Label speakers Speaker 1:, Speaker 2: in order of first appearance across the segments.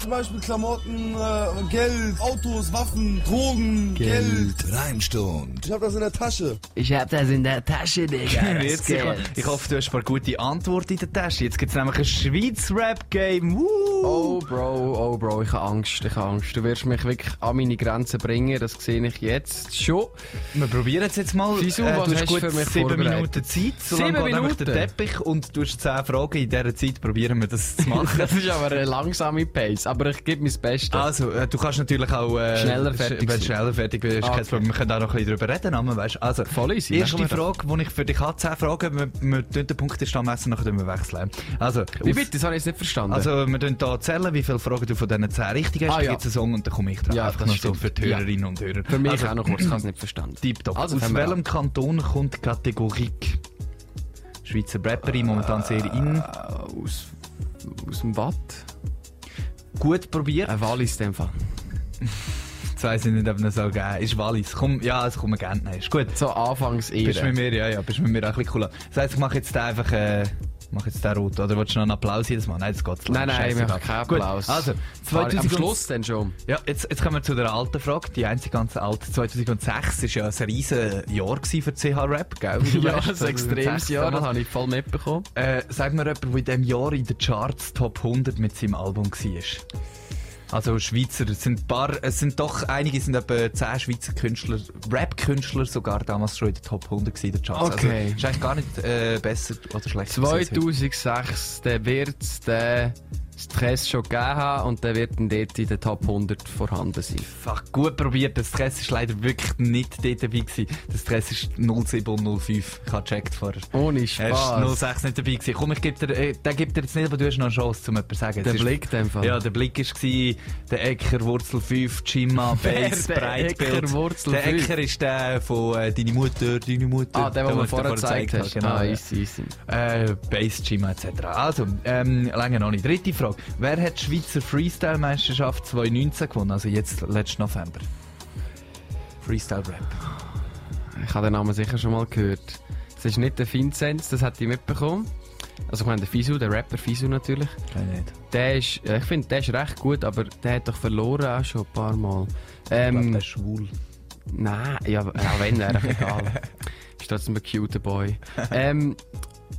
Speaker 1: Zum Beispiel Klamotten, äh, Geld, Autos, Waffen, Drogen, Geld.
Speaker 2: Reimstunde.
Speaker 1: Ich hab das in der Tasche.
Speaker 3: Ich hab das in der Tasche, Digga. das
Speaker 4: Jetzt, ich,
Speaker 3: Geld.
Speaker 4: ich hoffe, du hast ein paar gute Antworten in der Tasche. Jetzt gibt's nämlich ein Schweiz-Rap-Game. Woo!
Speaker 5: Oh, Bro, oh, Bro, ich habe Angst, ich habe Angst. Du wirst mich wirklich an meine Grenzen bringen, das sehe ich jetzt schon.
Speaker 4: Wir probieren es jetzt mal. Äh,
Speaker 5: Sisu, was
Speaker 4: du
Speaker 5: hast du
Speaker 4: gut
Speaker 5: für mich
Speaker 4: sieben
Speaker 5: vorbereitet?
Speaker 4: Minuten Zeit. So lange
Speaker 5: Sieben
Speaker 4: geht nämlich der
Speaker 5: Minuten?
Speaker 4: Teppich und du hast zehn Fragen. In dieser Zeit probieren wir das zu machen.
Speaker 5: Das ist aber eine langsame Pace, aber ich gebe mein Bestes.
Speaker 4: Also, äh, du kannst natürlich auch, äh,
Speaker 5: Schneller
Speaker 4: sch-
Speaker 5: fertig
Speaker 4: wenn du
Speaker 5: sein.
Speaker 4: schneller fertig bist,
Speaker 5: Ah,
Speaker 4: kein Problem. Wir können auch noch ein bisschen drüber reden, aber weißt, also,
Speaker 5: Voll easy,
Speaker 4: erste
Speaker 5: machen wir
Speaker 4: Frage, die ich für dich habe, zehn Fragen, wir, wir tun den Punktestand messen, nachher tun wir wechseln. Also,
Speaker 5: Wie
Speaker 4: aus-
Speaker 5: bitte, das habe ich jetzt nicht verstanden.
Speaker 4: also, wir tun hier zählen, wie viele Fragen du von diesen zehn richtig hast,
Speaker 5: Ah,
Speaker 4: dann
Speaker 5: ja.
Speaker 4: gibt's einen Song und dann komme ich drauf.
Speaker 5: Ja,
Speaker 4: Einfach
Speaker 5: das
Speaker 4: noch so
Speaker 5: stimmt.
Speaker 4: für die
Speaker 5: Ja.
Speaker 4: Hörerinnen und Hörer.
Speaker 5: Für mich
Speaker 4: also,
Speaker 5: auch noch kurz, ich habe es nicht verstanden.
Speaker 4: Tipptopp.
Speaker 5: Also,
Speaker 4: Aus
Speaker 5: fangen wir
Speaker 4: welchem
Speaker 5: an.
Speaker 4: Kanton kommt die Kategorie Schweizer Rapperin momentan sehr in?
Speaker 5: äh, Aus, aus dem Watt?
Speaker 4: Gut probiert.
Speaker 5: Ein Wallis in dem Fall.
Speaker 4: Zwei sind nicht eben so geil. Ist Wallis. Komm, ja, es kommt Gent. Ist gut.
Speaker 5: So anfangs
Speaker 4: Bist mit
Speaker 5: Ehre.
Speaker 4: mir, ja, ja, bist mit mir auch ein bisschen cooler. Das heisst, ich mache jetzt den einfach, äh, mach jetzt den rot. Oder willst du noch einen Applaus jedes Mal? Nein, das geht zu
Speaker 5: Nein, nein, wir machen keinen
Speaker 4: Gut,
Speaker 5: Applaus.
Speaker 4: also,
Speaker 5: Am
Speaker 4: 2000 und-
Speaker 5: Schluss dann schon.
Speaker 4: Ja, jetzt, jetzt kommen wir zu der alten Frage. Die einzige ganz alte. 2006 war ja ein riesen Jahr gewesen für CH-Rap, gell? wie du
Speaker 5: Ja,
Speaker 4: weißt,
Speaker 5: das ein extremes
Speaker 4: 2006
Speaker 5: Jahr, das
Speaker 4: damals.
Speaker 5: habe ich voll mitbekommen.
Speaker 4: Äh, sag mir jemand, der in diesem Jahr in den Charts Top 100 mit seinem Album war. Also Schweizer, es sind ein paar, es sind doch einige, es sind etwa 10 Schweizer Künstler, Rap-Künstler sogar damals schon in den Top 100 gewesen, in den Charts.
Speaker 5: Okay.
Speaker 4: Also, ist eigentlich gar nicht äh, besser oder schlechter. gewesen
Speaker 5: 2006, der wird den Stress schon gegeben haben und der wird dann dort in den Top 100 vorhanden sein.
Speaker 4: als heute. Fuck, gut probiert, der Stress ist leider wirklich nicht dort dabei gewesen. Der Stress ist 07 und 05, ich habe gecheckt vorher.
Speaker 5: Ohne
Speaker 4: Er ist
Speaker 5: Spaß.
Speaker 4: 06 nicht dabei gewesen. Komm, ich geb dir, äh, den gibt dir jetzt nicht, aber du hast noch eine Chance, um etwas zu sagen.
Speaker 5: Der
Speaker 4: Es ist
Speaker 5: Blick in dem Fall.
Speaker 4: Ja, der Blick war der Ecker, Wurzel 5, Chima,
Speaker 5: Wer?
Speaker 4: Bass,
Speaker 5: Der
Speaker 4: Breitbild.
Speaker 5: Ecker, Wurzel
Speaker 4: der
Speaker 5: 5?
Speaker 4: Ecker ist der von äh, «Deine Mutter, deine Mutter».
Speaker 5: Ah, der, den
Speaker 4: den
Speaker 5: wir
Speaker 4: du
Speaker 5: vorher gezeigt hast.
Speaker 4: Genau,
Speaker 5: ah,
Speaker 4: ja.
Speaker 5: easy, easy.
Speaker 4: äh, Bass, Chima etc. Also, ähm, länger noch nicht. Dritte Frage. Wer hat die Schweizer Freestyle-Meisterschaft 2019 gewonnen? Also jetzt, letzten November. Freestyle-Rap.
Speaker 5: Ich habe den Namen sicher schon mal gehört. Das ist nicht der Vinzenz, das hat ich mitbekommen. Also ich meine, der Fisu, der Rapper Fisu natürlich.
Speaker 4: Kenn ich nicht.
Speaker 5: Der ist, äh, ich finde, der ist recht gut, aber der hat doch verloren auch schon ein paar Mal.
Speaker 4: Ich
Speaker 5: Ähm,
Speaker 4: glaub, der ist schwul.
Speaker 5: Nein, ja, aber- auch wenn, wäre ich egal. Ist trotzdem ein cuter Boy. Ähm,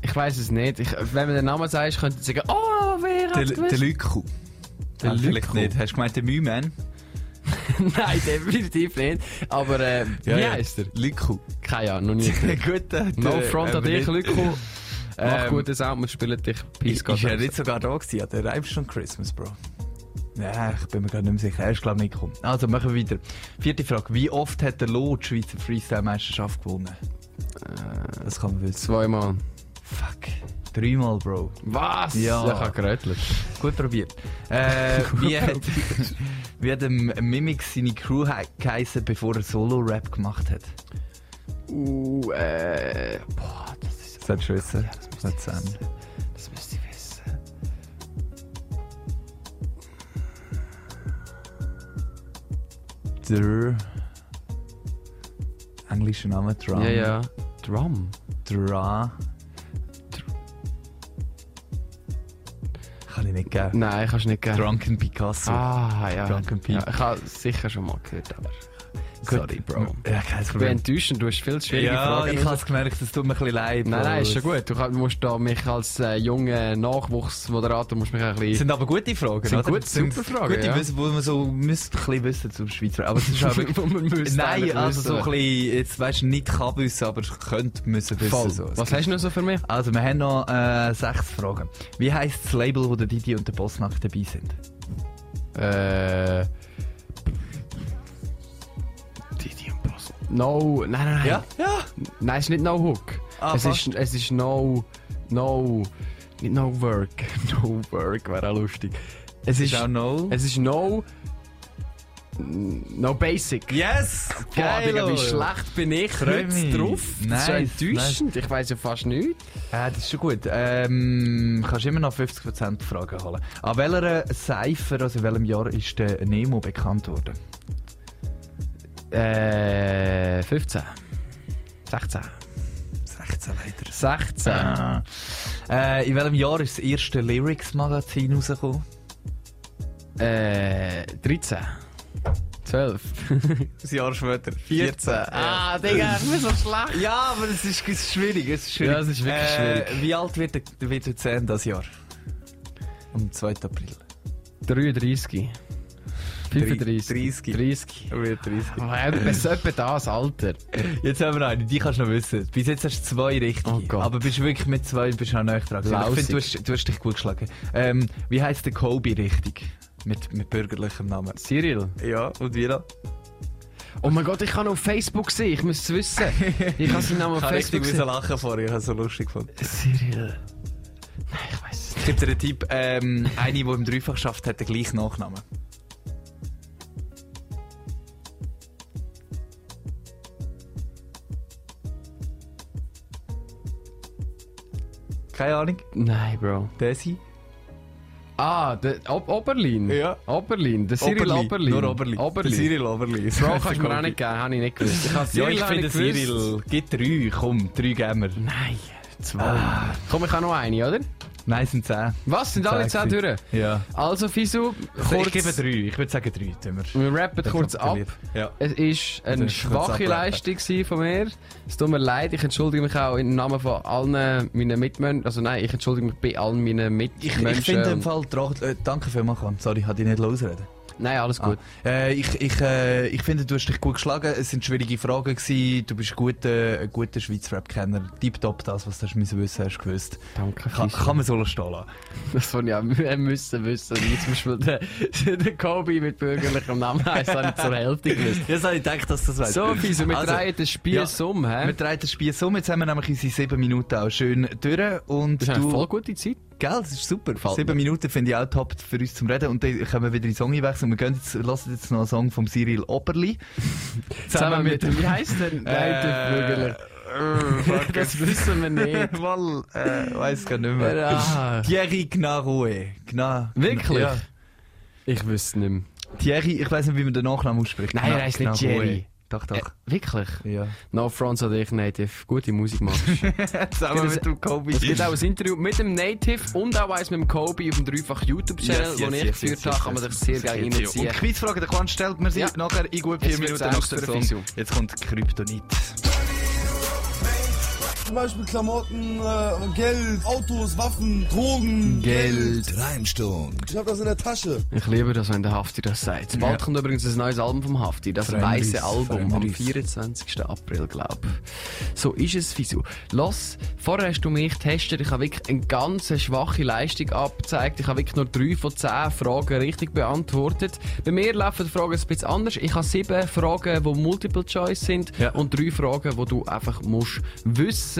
Speaker 5: ich weiß es nicht. Ich, wenn man den Namen sagt, könnte ich sagen, oh, wer
Speaker 4: Der,
Speaker 5: hat
Speaker 4: der
Speaker 5: gewusst?
Speaker 4: Lyko.
Speaker 5: Der
Speaker 4: Ah, vielleicht
Speaker 5: Lyko.
Speaker 4: nicht. Hast du gemeint, der Mühmann?
Speaker 5: Nein, definitiv nicht. Aber äh, wie heißt er?
Speaker 4: Lyko.
Speaker 5: Keine Ahnung, noch nie.
Speaker 4: Gut, äh,
Speaker 5: No
Speaker 4: der-
Speaker 5: front an
Speaker 4: aber
Speaker 5: dich,
Speaker 4: nicht-
Speaker 5: Lyko. Mach
Speaker 4: Ähm,
Speaker 5: guten Sound, wir spielen dich. Peace,
Speaker 4: Ist
Speaker 5: Gott.
Speaker 4: er nicht sogar da gewesen, an der Reibst und Christmas, Bro? Ja, ich bin mir gerade nicht mehr sicher. Er ist, glaube ich, nicht gekommen. Also, machen wir weiter. Vierte Frage. Wie oft hat der Lo die Schweizer Freestyle-Meisterschaft gewonnen? Eh, das kann man wissen.
Speaker 5: Zweimal.
Speaker 4: Fuck. Dreimal, Bro.
Speaker 5: Was?
Speaker 4: Ja.
Speaker 5: Ich habe gerötelt.
Speaker 4: Gut probiert. Äh, wie, hat, wie hat dem Mimic seine Crew he- geheissen, bevor er Solo-Rap gemacht hat?
Speaker 5: Uh, äh. Boah, das ist.
Speaker 4: Das hättest du wissen. Ja,
Speaker 5: das
Speaker 4: das
Speaker 5: müsste ich
Speaker 4: wissen.
Speaker 5: Das müsste ich wissen.
Speaker 4: Der englische Name Drum.
Speaker 5: Ja, ja. Drum.
Speaker 4: Dra. Kann ich nicht geben.
Speaker 5: Nein, kannst nicht geben.
Speaker 4: Drunken Picasso.
Speaker 5: Ah, ja.
Speaker 4: Drunken Pete.
Speaker 5: ja ich habe es sicher schon mal gehört, aber.
Speaker 4: Gut.
Speaker 5: Sorry, Bro.
Speaker 4: Ja, kein
Speaker 5: Ich bin
Speaker 4: Problem.
Speaker 5: enttäuschend, du hast viel zu schwierige
Speaker 4: Ja,
Speaker 5: Fragen.
Speaker 4: ich hab's gemerkt, das tut mir ein bisschen leid.
Speaker 5: nein,
Speaker 4: Bro.
Speaker 5: nein, ist schon gut. Du kann- musst da mich als äh, junger Nachwuchsmoderator musst mich ein
Speaker 4: Das
Speaker 5: bisschen.
Speaker 4: sind aber gute Fragen,
Speaker 5: Sind
Speaker 4: oder?
Speaker 5: gut,
Speaker 4: Das sind
Speaker 5: super Fragen,
Speaker 4: Gute
Speaker 5: ja.
Speaker 4: Wissen, wo man so müsste ein bisschen wissen zum Schweizer. Aber es ist auch wirklich...
Speaker 5: Wo man müsste
Speaker 4: Nein,
Speaker 5: eigentlich
Speaker 4: also so ein
Speaker 5: wissen.
Speaker 4: bisschen, jetzt weisst du, nicht kann wissen, aber ich könnte müssen wissen.
Speaker 5: Voll.
Speaker 4: So. Es
Speaker 5: Was hast du noch so für mich?
Speaker 4: Also, wir haben noch äh, sechs Fragen. Wie heisst das Label, wo der Didi und der Bossnack dabei sind?
Speaker 5: Äh. Didi und Puzzle. No, nein, nein, nein.
Speaker 4: ja.
Speaker 5: Nein, es ist nicht No Hook.
Speaker 4: Ah,
Speaker 5: es,
Speaker 4: fast.
Speaker 5: ist, es ist No. No. Nicht No Work. No Work wäre auch lustig. Es ist,
Speaker 4: Ist auch no.
Speaker 5: es ist No. No Basic.
Speaker 4: Yes!
Speaker 5: Boah, Digga, wie
Speaker 4: Leute.
Speaker 5: schlecht bin ich
Speaker 4: Freu mich.
Speaker 5: heute drauf? das
Speaker 4: Nice,
Speaker 5: ist ja enttäuschend. Ich weiss ja fast nichts.
Speaker 4: Äh, das ist schon gut. Ähm, kannst immer noch 50% Fragen holen. An welcher Cypher, also in welchem Jahr, ist der Nemo bekannt worden?
Speaker 5: Äh, 15. 16.
Speaker 4: 16 leider.
Speaker 5: 16.
Speaker 4: Ah. Äh, in welchem Jahr ist das erste Lyrics-Magazin rausgekommen?
Speaker 5: Äh, 13. 12.
Speaker 4: Ein Jahr später.
Speaker 5: 14. Ah, Digga, ich bin so schlecht.
Speaker 4: Ja, aber es ist, es ist schwierig. Es ist schwierig. Äh,
Speaker 5: Ja, es ist wirklich schwierig.
Speaker 4: Wie alt wird der, wird der Zehn das Jahr? Am 2. April.
Speaker 5: 33. 35.
Speaker 4: 30.
Speaker 5: 30.
Speaker 4: Er wird 30.
Speaker 5: Wow, du bist etwa das Alter.
Speaker 4: Jetzt haben wir eine, die kannst du noch wissen. Bis jetzt hast du zwei richtige.
Speaker 5: Oh Gott.
Speaker 4: aber bist wirklich mit zwei bist du auch näher dran. gewesen. Ich
Speaker 5: Lausig.
Speaker 4: finde, du hast, du hast dich gut geschlagen. Ähm, wie heisst der Kobe richtig? Mit, mit bürgerlichem Namen.
Speaker 5: Cyril.
Speaker 4: Ja, und wieder?
Speaker 5: Oh mein Gott, ich kann auf Facebook sehen, ich muss es wissen. Ich kann seinen Namen auf
Speaker 4: Ich habe
Speaker 5: Facebook
Speaker 4: richtig müssen
Speaker 5: sehen.
Speaker 4: lachen vorher, ich habe es so lustig gefunden.
Speaker 5: Cyril. Nein, ich weiß es
Speaker 4: Ich gebe dir einen Tipp, ähm, eine, die im Dreifach schafft, hat den gleichen Nachnamen. Keine Ahnung.
Speaker 5: nicht. Nein, Bro.
Speaker 4: Desi?
Speaker 5: Ah, der Ob Oberlin.
Speaker 4: Ja.
Speaker 5: Oberlin, der Cyril Oberlin.
Speaker 4: Nur Oberlin.
Speaker 5: Oberlin.
Speaker 4: Der Cyril Oberlin.
Speaker 5: Bro, kannst du mir auch nicht geben, habe ich nicht gewusst. Ich habe
Speaker 4: Ja,
Speaker 5: Cyril
Speaker 4: ich
Speaker 5: auch
Speaker 4: finde
Speaker 5: nicht gewusst.
Speaker 4: Cyril. Gib drei, komm, drei geben wir.
Speaker 5: Nein, zwei. Komm, ich habe noch eine, oder?
Speaker 4: Nein, es sind zehn.
Speaker 5: Was, sind alle
Speaker 4: Zehn
Speaker 5: zehn
Speaker 4: gewesen.
Speaker 5: durch?
Speaker 4: Ja.
Speaker 5: Also, Fisu,
Speaker 4: Ich gebe
Speaker 5: kurz,
Speaker 4: drei, ich würde sagen drei. tun wir.
Speaker 5: wir rappen kurz ab.
Speaker 4: Ja.
Speaker 5: Es ist
Speaker 4: Also,
Speaker 5: eine
Speaker 4: kurz
Speaker 5: schwache
Speaker 4: abrappen.
Speaker 5: Leistung gewesen von mir. Es tut mir leid, ich entschuldige mich auch im Namen von allen meinen Mitmenschen. Also nein, ich entschuldige mich bei allen meinen
Speaker 4: Ich,
Speaker 5: Mitmenschen.
Speaker 4: ich finde im Fall, Tracht- äh, danke vielmals, Juan. sorry, ich dich nicht losreden.
Speaker 5: Nein, alles
Speaker 4: Ah.
Speaker 5: gut.
Speaker 4: Äh, ich, ich, äh, ich finde, du hast dich gut geschlagen. Es sind schwierige Fragen gewesen. Du bist ein guter, ein guter Schweizer Rap-Kenner. Tipptopp das, was du hast müssen wissen hast, gewusst.
Speaker 5: Danke,
Speaker 4: Kann,
Speaker 5: Fisu.
Speaker 4: kann man so stehen lassen.
Speaker 5: Das von ja müssen wissen. Und Jetzt zum Beispiel der, der Kobe mit bürgerlichem Namen heisst, habe ich zur Hälfte gewusst.
Speaker 4: Jetzt habe ich gedacht, dass das weiß.
Speaker 5: So, Fisu, wir
Speaker 4: Also,
Speaker 5: drehen den Spieß
Speaker 4: ja.
Speaker 5: um, hä?
Speaker 4: wir drehen das Spiel so. Jetzt haben wir nämlich unsere sieben Minuten auch schön durch. Und
Speaker 5: Das ist eine
Speaker 4: du,
Speaker 5: voll gute Zeit.
Speaker 4: Gell, das ist super.
Speaker 5: Gefällt
Speaker 4: Sieben
Speaker 5: mir.
Speaker 4: Minuten finde ich auch top für uns zum Reden. Und dann können wir wieder in den Song wechseln. Wir gehen jetzt, lassen jetzt noch einen Song von Cyril Oberli.
Speaker 5: Zusammen mit, wie heisst der? Nein,
Speaker 4: Äh,
Speaker 5: der Bürgerlich.
Speaker 4: Bürgerlich.
Speaker 5: Das wissen wir nicht.
Speaker 4: Mal, äh, weiss gar nicht mehr.
Speaker 5: Ah,
Speaker 4: Thierry Gnaroue. Gna,
Speaker 5: Wirklich?
Speaker 4: Ja.
Speaker 5: ich wüsste nicht mehr.
Speaker 4: Thierry, ich weiss nicht, wie man den Nachnamen ausspricht.
Speaker 5: Nein, er heisst nicht
Speaker 4: Gnaroue.
Speaker 5: Thierry.
Speaker 4: Doch, doch.
Speaker 5: Äh, wirklich?
Speaker 4: Ja.
Speaker 5: No Fronts an dich, Native. Gute Musik machst.
Speaker 4: Zusammen
Speaker 5: das-
Speaker 4: mit dem Kobe.
Speaker 5: es gibt auch ein Interview mit dem Native und auch eins mit dem Kobe auf dem dreifach YouTube-Channel,
Speaker 4: Yes,
Speaker 5: den ich
Speaker 4: yes, yes, yes,
Speaker 5: geführt
Speaker 4: yes,
Speaker 5: habe, kann man
Speaker 4: yes.
Speaker 5: sich sehr gerne
Speaker 4: Und
Speaker 5: reinziehen.
Speaker 4: Quizfragen, der Quan stellt mir sie
Speaker 5: Ja.
Speaker 4: nachher in gut
Speaker 5: Jetzt
Speaker 4: vier
Speaker 5: wird's
Speaker 4: Minuten nach
Speaker 5: ernst
Speaker 4: der
Speaker 5: für
Speaker 4: Song.
Speaker 5: Fisu.
Speaker 4: Jetzt kommt Kryptonit.
Speaker 1: Zum Beispiel Klamotten, äh, Geld, Autos, Waffen, Drogen.
Speaker 2: Geld Rheinstund.
Speaker 1: Ich hab das in der Tasche.
Speaker 5: Ich liebe das, wenn der Hafti das sagt. Bald kommt übrigens ein neues Album vom Hafti, das
Speaker 4: Fremdis,
Speaker 5: weiße Album am
Speaker 4: Fremdis.
Speaker 5: 24. April, glaube ich. So ist es, Fisu. Los, vorher hast du mich getestet, ich habe wirklich eine ganz schwache Leistung abgezeigt. Ich habe wirklich nur drei von zehn Fragen richtig beantwortet. Bei mir laufen die Fragen ein bisschen anders. Ich habe sieben Fragen, die Multiple Choice sind
Speaker 4: Ja.
Speaker 5: und drei Fragen, die du einfach musst wissen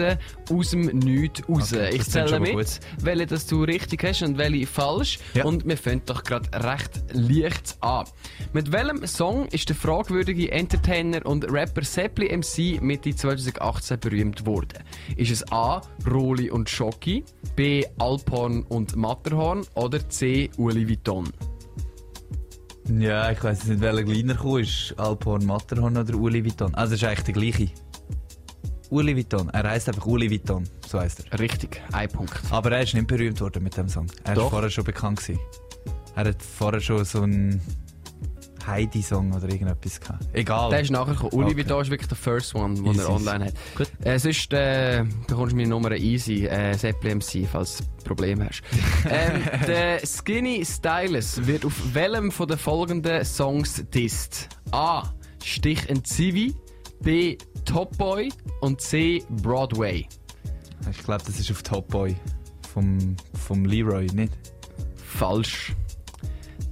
Speaker 5: aus dem Nichts raus. ich
Speaker 4: Okay, das klingt
Speaker 5: zähle
Speaker 4: schon
Speaker 5: mit,
Speaker 4: mal gut.
Speaker 5: welche dass du richtig hast und welche falsch.
Speaker 4: Ja.
Speaker 5: Und wir fangen doch gerade recht leicht an. Mit welchem Song ist der fragwürdige Entertainer und Rapper Seppli MC Mitte 2018 berühmt worden? Ist es A. Roli und Schocki, B. Alphorn und Matterhorn oder C. Uli Vuitton?
Speaker 4: Ja, ich weiss nicht, welcher kleiner gekommen ist. Alphorn Matterhorn oder Uli Vuitton. Also, das ist eigentlich der gleiche. Uli Vuitton. Er heisst einfach Uli Vuitton. So heisst er.
Speaker 5: Richtig, ein Punkt.
Speaker 4: Aber er ist nicht berühmt worden mit dem Song. Er war
Speaker 5: Doch.
Speaker 4: vorher schon bekannt. Gewesen. Er hat vorher schon so einen Heidi-Song oder irgendetwas gehabt. Egal.
Speaker 5: Der ist nachher gekommen. Uli
Speaker 4: Okay.
Speaker 5: Vuitton ist wirklich der first one, den
Speaker 4: Easy.
Speaker 5: er online hat.
Speaker 4: Gut.
Speaker 5: Äh, sonst äh, bekommst du meine Nummer easy, äh, Seppli MC, falls du Probleme hast. ähm, der Skinny Stylus wird auf welchem von den folgenden Songs dist? A. Stich in Zivi, B. Top Boy und C. Broadway.
Speaker 4: Ich glaube, das ist auf Top Boy. Vom, vom Leroy, nicht?
Speaker 5: Falsch.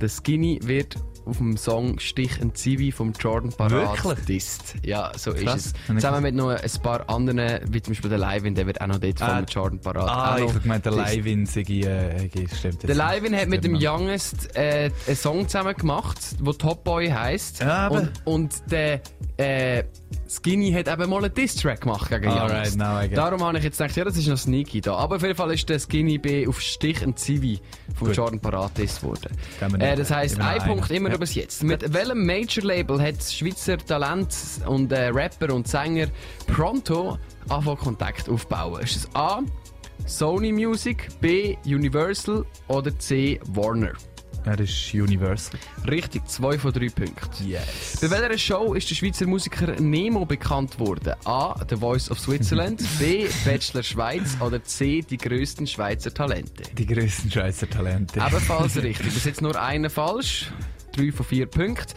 Speaker 5: Der Skinny wird auf dem Song Stich in Zivi vom Jordan Parat
Speaker 4: Wirklich?
Speaker 5: dist. Ja, so
Speaker 4: Krass.
Speaker 5: ist
Speaker 4: Hab
Speaker 5: es.
Speaker 4: ich
Speaker 5: Zusammen mit noch ein paar anderen, wie zum Beispiel der Livin, der wird auch noch dort
Speaker 4: Ah,
Speaker 5: vom Jordan Parat.
Speaker 4: Ah,
Speaker 5: auch
Speaker 4: ich
Speaker 5: noch
Speaker 4: habe gemeint, der
Speaker 5: dist.
Speaker 4: Livin sei. Äh, okay, stimmt.
Speaker 5: Der
Speaker 4: jetzt.
Speaker 5: Livin hat mit dem
Speaker 4: Stimmt.
Speaker 5: Youngest äh, einen Song zusammen gemacht, der Top Boy heisst.
Speaker 4: Ja, aber-
Speaker 5: und, und der äh, Skinny hat eben mal einen Diss-Track gemacht gegen
Speaker 4: Alright,
Speaker 5: Youngest.
Speaker 4: now I get it.
Speaker 5: Darum habe ich jetzt gedacht, ja, das ist noch sneaky da. Aber auf jeden Fall ist der Skinny B auf Stich und Zivi vom
Speaker 4: Gut.
Speaker 5: Jordan Parat Diss worden.
Speaker 4: Gehen wir nicht.
Speaker 5: Äh, das heisst,
Speaker 4: Immer noch
Speaker 5: ein
Speaker 4: einen.
Speaker 5: Punkt immer
Speaker 4: Ja.
Speaker 5: noch bis jetzt. Mit welchem Major-Label hat das Schweizer Talent und äh, Rapper und Sänger pronto anfangen Kontakt aufbauen? Ist es A, Sony Music, B, Universal oder C, Warner?
Speaker 4: Er ist Universal.
Speaker 5: Richtig, zwei von drei Punkten.
Speaker 4: Yes.
Speaker 5: Bei welcher Show ist der Schweizer Musiker Nemo bekannt worden? A. The Voice of Switzerland, B. Bachelor Schweiz oder C. Die grössten Schweizer Talente?
Speaker 4: Die grössten Schweizer Talente.
Speaker 5: Ebenfalls richtig. Bis jetzt nur einer falsch. Drei von vier Punkten.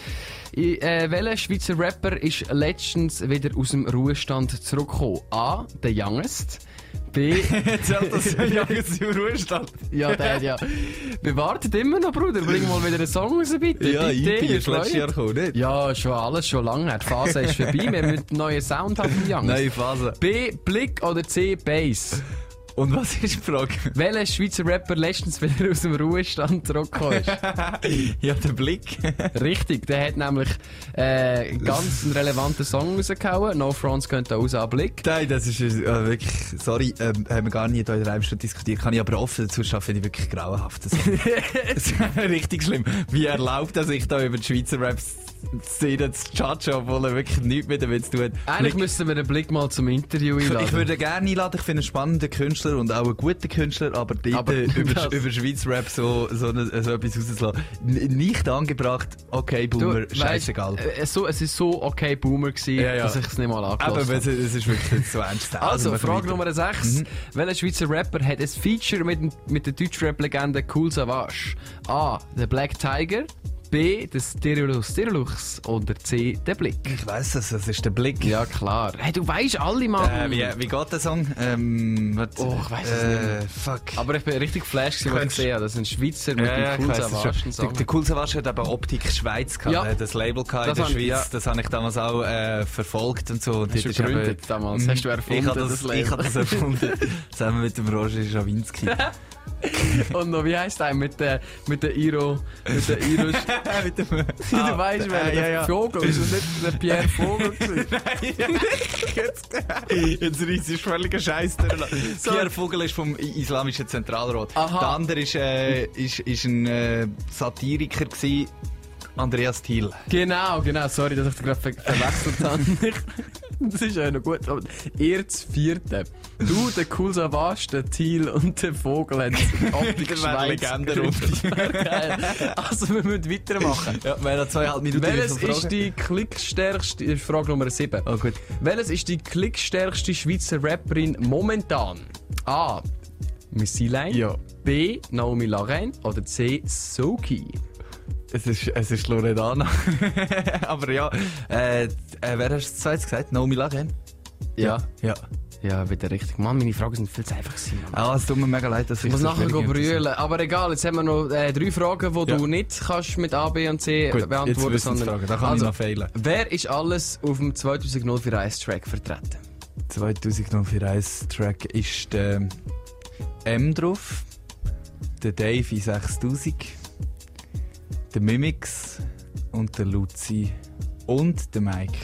Speaker 5: I- Äh, welcher Schweizer Rapper ist letztens wieder aus dem Ruhestand zurückgekommen? A. The Youngest. B.
Speaker 4: Zählt das ja jetzt im Ruhestand?
Speaker 5: Ja, der, ja. Wir warten immer noch, Bruder. Bring mal wieder einen Song raus, bitte.
Speaker 4: Ja,
Speaker 5: bitte,
Speaker 4: IP
Speaker 5: ihr
Speaker 4: ist letztes
Speaker 5: freut.
Speaker 4: Jahr gekommen, nicht?
Speaker 5: Ja, schon alles schon lange. her. Die Phase ist vorbei. Wir müssen einen neuen Sound haben für die Youngest.
Speaker 4: Neue Phase.
Speaker 5: B. Blick oder C. Bass.
Speaker 4: Und was ist die Frage?
Speaker 5: Welcher Schweizer Rapper letztens wieder aus dem Ruhestand zurückgekommen ist?
Speaker 4: ja, der Blick.
Speaker 5: Richtig, der hat nämlich äh, ganz einen relevanten Song rausgehauen. No Fronts könnte auch raus Blick.
Speaker 4: Nein, das ist äh, wirklich, sorry, ähm, haben wir gar nicht hier in der Heimstadt diskutiert. Kann ich aber offen dazu schaffen, finde ich wirklich grauenhaft. Das das ist richtig schlimm. Wie erlaubt er sich da über die Schweizer Rap-Szene zu judgen, obwohl er wirklich nichts mit damit zu tun hat?
Speaker 5: Eigentlich
Speaker 4: Blick,
Speaker 5: müssten wir den Blick mal zum Interview einladen.
Speaker 4: ich würde ihn gerne einladen, ich finde einen spannenden Künstler und auch einen guten Künstler, aber dort
Speaker 5: Aber
Speaker 4: äh,
Speaker 5: das-
Speaker 4: über, über Schweizer Rap so, so, eine, so etwas rauszulassen. N- Nicht angebracht, okay, Boomer,
Speaker 5: Du,
Speaker 4: scheißegal.
Speaker 5: weisst, äh, so, es war so okay Boomer, gewesen,
Speaker 4: Ja, ja.
Speaker 5: dass ich es nicht mal
Speaker 4: Aber
Speaker 5: angelassen
Speaker 4: es, es ist wirklich nicht so ernst.
Speaker 5: Also,
Speaker 4: machen wir
Speaker 5: Frage
Speaker 4: weiter. Mhm.
Speaker 5: Nummer 6. Welcher Schweizer Rapper hat ein Feature mit, dem- mit der Deutschrap-Legende Cool Savage? A. Der Black Tiger. B. Der Styrulus Styrulux. Oder C. Der Blick.
Speaker 4: Ich weiss das, das ist der Blick.
Speaker 5: Ja, klar. Hey, du weißt alle,
Speaker 4: Äh,
Speaker 5: Mann.
Speaker 4: wie, wie geht der Song? Ähm, was?
Speaker 5: Oh, ich weiss es
Speaker 4: äh, Fuck.
Speaker 5: Aber ich bin richtig flash, als ich
Speaker 4: Könntest-
Speaker 5: gesehen habe, dass ein Schweizer mit
Speaker 4: Ja, ja,
Speaker 5: dem
Speaker 4: ich
Speaker 5: Cool
Speaker 4: weiss es
Speaker 5: Savage einen
Speaker 4: schon.
Speaker 5: Song
Speaker 4: Der, der Cool Savage hat aber Optik Schweiz gehabt,
Speaker 5: Ja.
Speaker 4: Er hat das Label
Speaker 5: Das
Speaker 4: gehabt in der
Speaker 5: hab ich-
Speaker 4: Schweiz.
Speaker 5: ja.
Speaker 4: Das habe ich damals auch äh, verfolgt und so. Und
Speaker 5: Hast
Speaker 4: dort
Speaker 5: du
Speaker 4: ist eben-
Speaker 5: gegründet damals? Hast du erfunden,
Speaker 4: Ich habe das,
Speaker 5: das Label?
Speaker 4: ich habe das erfunden. Zusammen mit dem Roger Schawinski.
Speaker 5: hat. Und noch, wie heisst der? Mit der, mit der Iro. Mit der Iro. Ah,
Speaker 4: mit dem...
Speaker 5: du weißt, wer
Speaker 4: äh, ja,
Speaker 5: der
Speaker 4: ja.
Speaker 5: Vogel ist. Das nicht der Pierre Vogel. gewesen?
Speaker 4: Jetzt, jetzt reiss ich völliger Scheiß Pierre Vogel ist vom I- Islamischen Zentralrat.
Speaker 5: Aha.
Speaker 4: Der andere ist, äh, ist, ist ein äh, Satiriker gewesen, Andreas Thiel.
Speaker 5: Genau, genau, sorry, dass ich das gerade ver verwechselt habe. das ist ja noch gut. Aber ihr das vierte. Du, der Cool Savage, der Thiel und der Vogel haben die Optik
Speaker 4: Das wäre eine
Speaker 5: Schweiz
Speaker 4: Legende,
Speaker 5: gegründet. Geil. Also, wir müssen weitermachen.
Speaker 4: Ja, wir haben zweieinhalb Minuten.
Speaker 5: Welches
Speaker 4: wie viele
Speaker 5: ist
Speaker 4: Fragen?
Speaker 5: die klickstärkste, äh, Frage Nummer 7.
Speaker 4: Oh gut.
Speaker 5: Welches ist die klickstärkste Schweizer Rapperin momentan? A. Missy Line.
Speaker 4: Ja.
Speaker 5: B. Naomi Laren. Oder C. Soki.
Speaker 4: Es ist, es ist Loredana. Aber ja, äh, äh, wer hast du zweites gesagt? Naomi Lagen?
Speaker 5: Ja.
Speaker 4: Ja.
Speaker 5: Ja, wieder richtig. Mann, meine Fragen sind viel zu einfach gewesen. Mann.
Speaker 4: Ah, es tut mir mega leid, dass ich
Speaker 5: Ich muss
Speaker 4: so
Speaker 5: nachher
Speaker 4: schwierig
Speaker 5: brüllen. Aber egal, jetzt haben wir noch äh, drei Fragen, die du
Speaker 4: Ja.
Speaker 5: nicht kannst mit A, B und C äh,
Speaker 4: Gut, jetzt
Speaker 5: beantworten
Speaker 4: wissen Sie Fragen, da kann
Speaker 5: also,
Speaker 4: ich noch fehlen.
Speaker 5: Wer ist alles auf dem 2004 Track vertreten?
Speaker 4: 2004 Track ist der ähm, M drauf, der Dave in 6000, der Mimix und der Luzi und der Mike.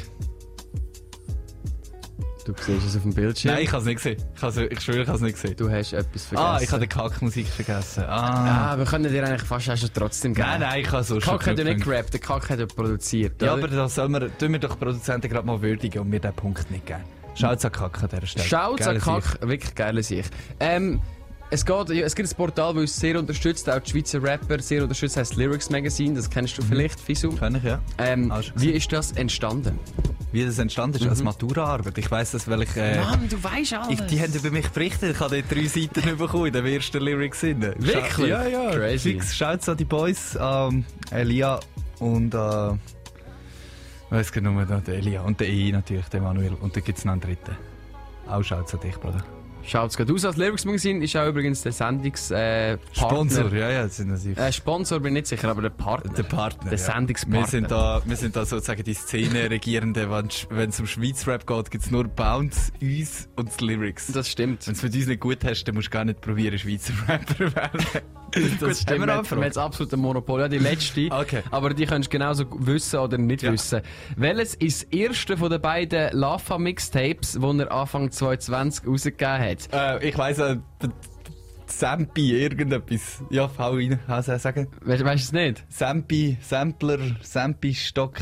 Speaker 5: Du siehst es auf dem Bildschirm.
Speaker 4: Nein, ich habe es nicht gesehen. Ich, hab's, ich schwöre, ich habe es nicht gesehen.
Speaker 5: Du hast etwas vergessen.
Speaker 4: Ah, ich habe die Kackmusik vergessen. Ah.
Speaker 5: ah, wir können dir eigentlich fast auch schon trotzdem geben.
Speaker 4: Nein, nein, ich habe so
Speaker 5: Kack hat ja nicht
Speaker 4: Knüpfe.
Speaker 5: gerappt, der Kack hat ja produziert.
Speaker 4: Ja,
Speaker 5: oder?
Speaker 4: aber das sollen wir, tun wir doch die Produzenten gerade mal würdigen und mir den Punkt nicht geben. Schaut's an Kack an dieser Stelle.
Speaker 5: Schaut's an
Speaker 4: Geiler Sieg.
Speaker 5: Kack, wirklich geile Sicht. Ähm, es, geht, ja, es gibt ein Portal, das uns sehr unterstützt, auch die Schweizer Rapper sehr unterstützt, heisst Lyrics Magazine, das kennst du vielleicht, Fisu.
Speaker 4: Kenn ich, ja.
Speaker 5: Ähm,
Speaker 4: Hast du
Speaker 5: wie
Speaker 4: gesehen.
Speaker 5: ist das entstanden?
Speaker 4: Wie das entstanden ist als Maturaarbeit. Ich weiss das, weil ich... Äh,
Speaker 5: Mhm. Mann, du weißt alles.
Speaker 4: ich, die haben über mich berichtet. Ich habe dort drei Seiten bekommen in den ersten Lyrics. Wirklich?
Speaker 5: Wirklich?
Speaker 4: Ja, ja.
Speaker 5: Crazy.
Speaker 4: Fix, schaut's an die Boys, ähm, Elia und... Äh, weiss gar nicht mehr, noch der Elia und der E natürlich, der Manuel. Und dann gibt's noch einen dritten. Auch schaut's an dich, Bruder.
Speaker 5: Schaut's gerade aus. Das Lyrics Magazine ist auch übrigens der Sendungspartner. Äh,
Speaker 4: Sponsor,
Speaker 5: Partner.
Speaker 4: ja, ja. Das sind natürlich...
Speaker 5: Äh, Sponsor bin ich nicht sicher, aber der Partner.
Speaker 4: Der Partner.
Speaker 5: Der
Speaker 4: ja.
Speaker 5: Sendungspartner.
Speaker 4: Wir sind, da, wir sind da sozusagen die Szene-Regierende. Wenn es um Schweiz-Rap geht, gibt es nur Bounce, uns und die Lyrics.
Speaker 5: das stimmt.
Speaker 4: Wenn es mit uns nicht gut hast, dann musst du gar nicht probieren, Schweizer Rapper werden.
Speaker 5: Das
Speaker 4: haben wir
Speaker 5: stimmt,
Speaker 4: noch eine
Speaker 5: wir haben
Speaker 4: Frage?
Speaker 5: jetzt absolut ein Monopol. Ja, die letzte.
Speaker 4: Okay.
Speaker 5: Aber die kannst du genauso wissen oder nicht
Speaker 4: Ja.
Speaker 5: wissen. Welches ist das erste von den beiden Lava Mixtapes, das er Anfang 2020 rausgegeben hat?
Speaker 4: Äh, ich weiss, äh, Sampi, irgendetwas. Ja, hau rein, kannst du sagen?
Speaker 5: Weißt du es nicht?
Speaker 4: Sampi, Sampler, Sampi, Stock.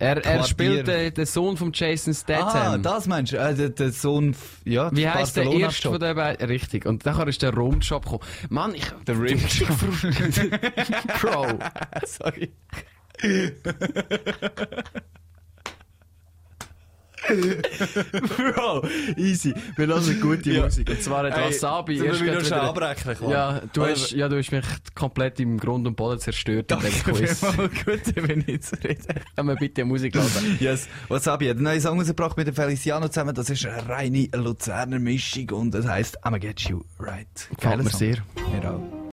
Speaker 5: Er, er
Speaker 4: Quartier.
Speaker 5: spielt den, den Sohn von Jason
Speaker 4: Ah,
Speaker 5: Statham.
Speaker 4: das meinst du? Äh, der, der Sohn, f- ja,
Speaker 5: Wie
Speaker 4: der
Speaker 5: heisst der
Speaker 4: Barcelona-Job.
Speaker 5: erste von den beiden? Richtig. Und nachher ist der Rumjob gekommen. Mann, ich...
Speaker 4: Der Rimshot.
Speaker 5: Bro.
Speaker 4: Sorry.
Speaker 5: Bro. Easy. Wir hören gute
Speaker 4: Ja.
Speaker 5: Musik. Und zwar hat
Speaker 4: Ey,
Speaker 5: Wasabi...
Speaker 4: sind wir
Speaker 5: erst
Speaker 4: wieder
Speaker 5: gerade
Speaker 4: schon
Speaker 5: wieder-
Speaker 4: abrechnen, klar.
Speaker 5: ja, du
Speaker 4: Oder-
Speaker 5: hast, ja, du hast mich komplett im Grund und Boden zerstört in dem
Speaker 4: Danke
Speaker 5: Quiz.
Speaker 4: vielmals, gut, wenn ich zu reden.
Speaker 5: Kann man bitte Musik hören?
Speaker 4: Yes, Wasabi hat einen neuen Song rausgebracht mit dem Feliciano zusammen. Das ist eine reine Luzerner Mischung und das heisst «I'ma get you right».
Speaker 5: Gefällt mir sehr.
Speaker 4: Mir auch.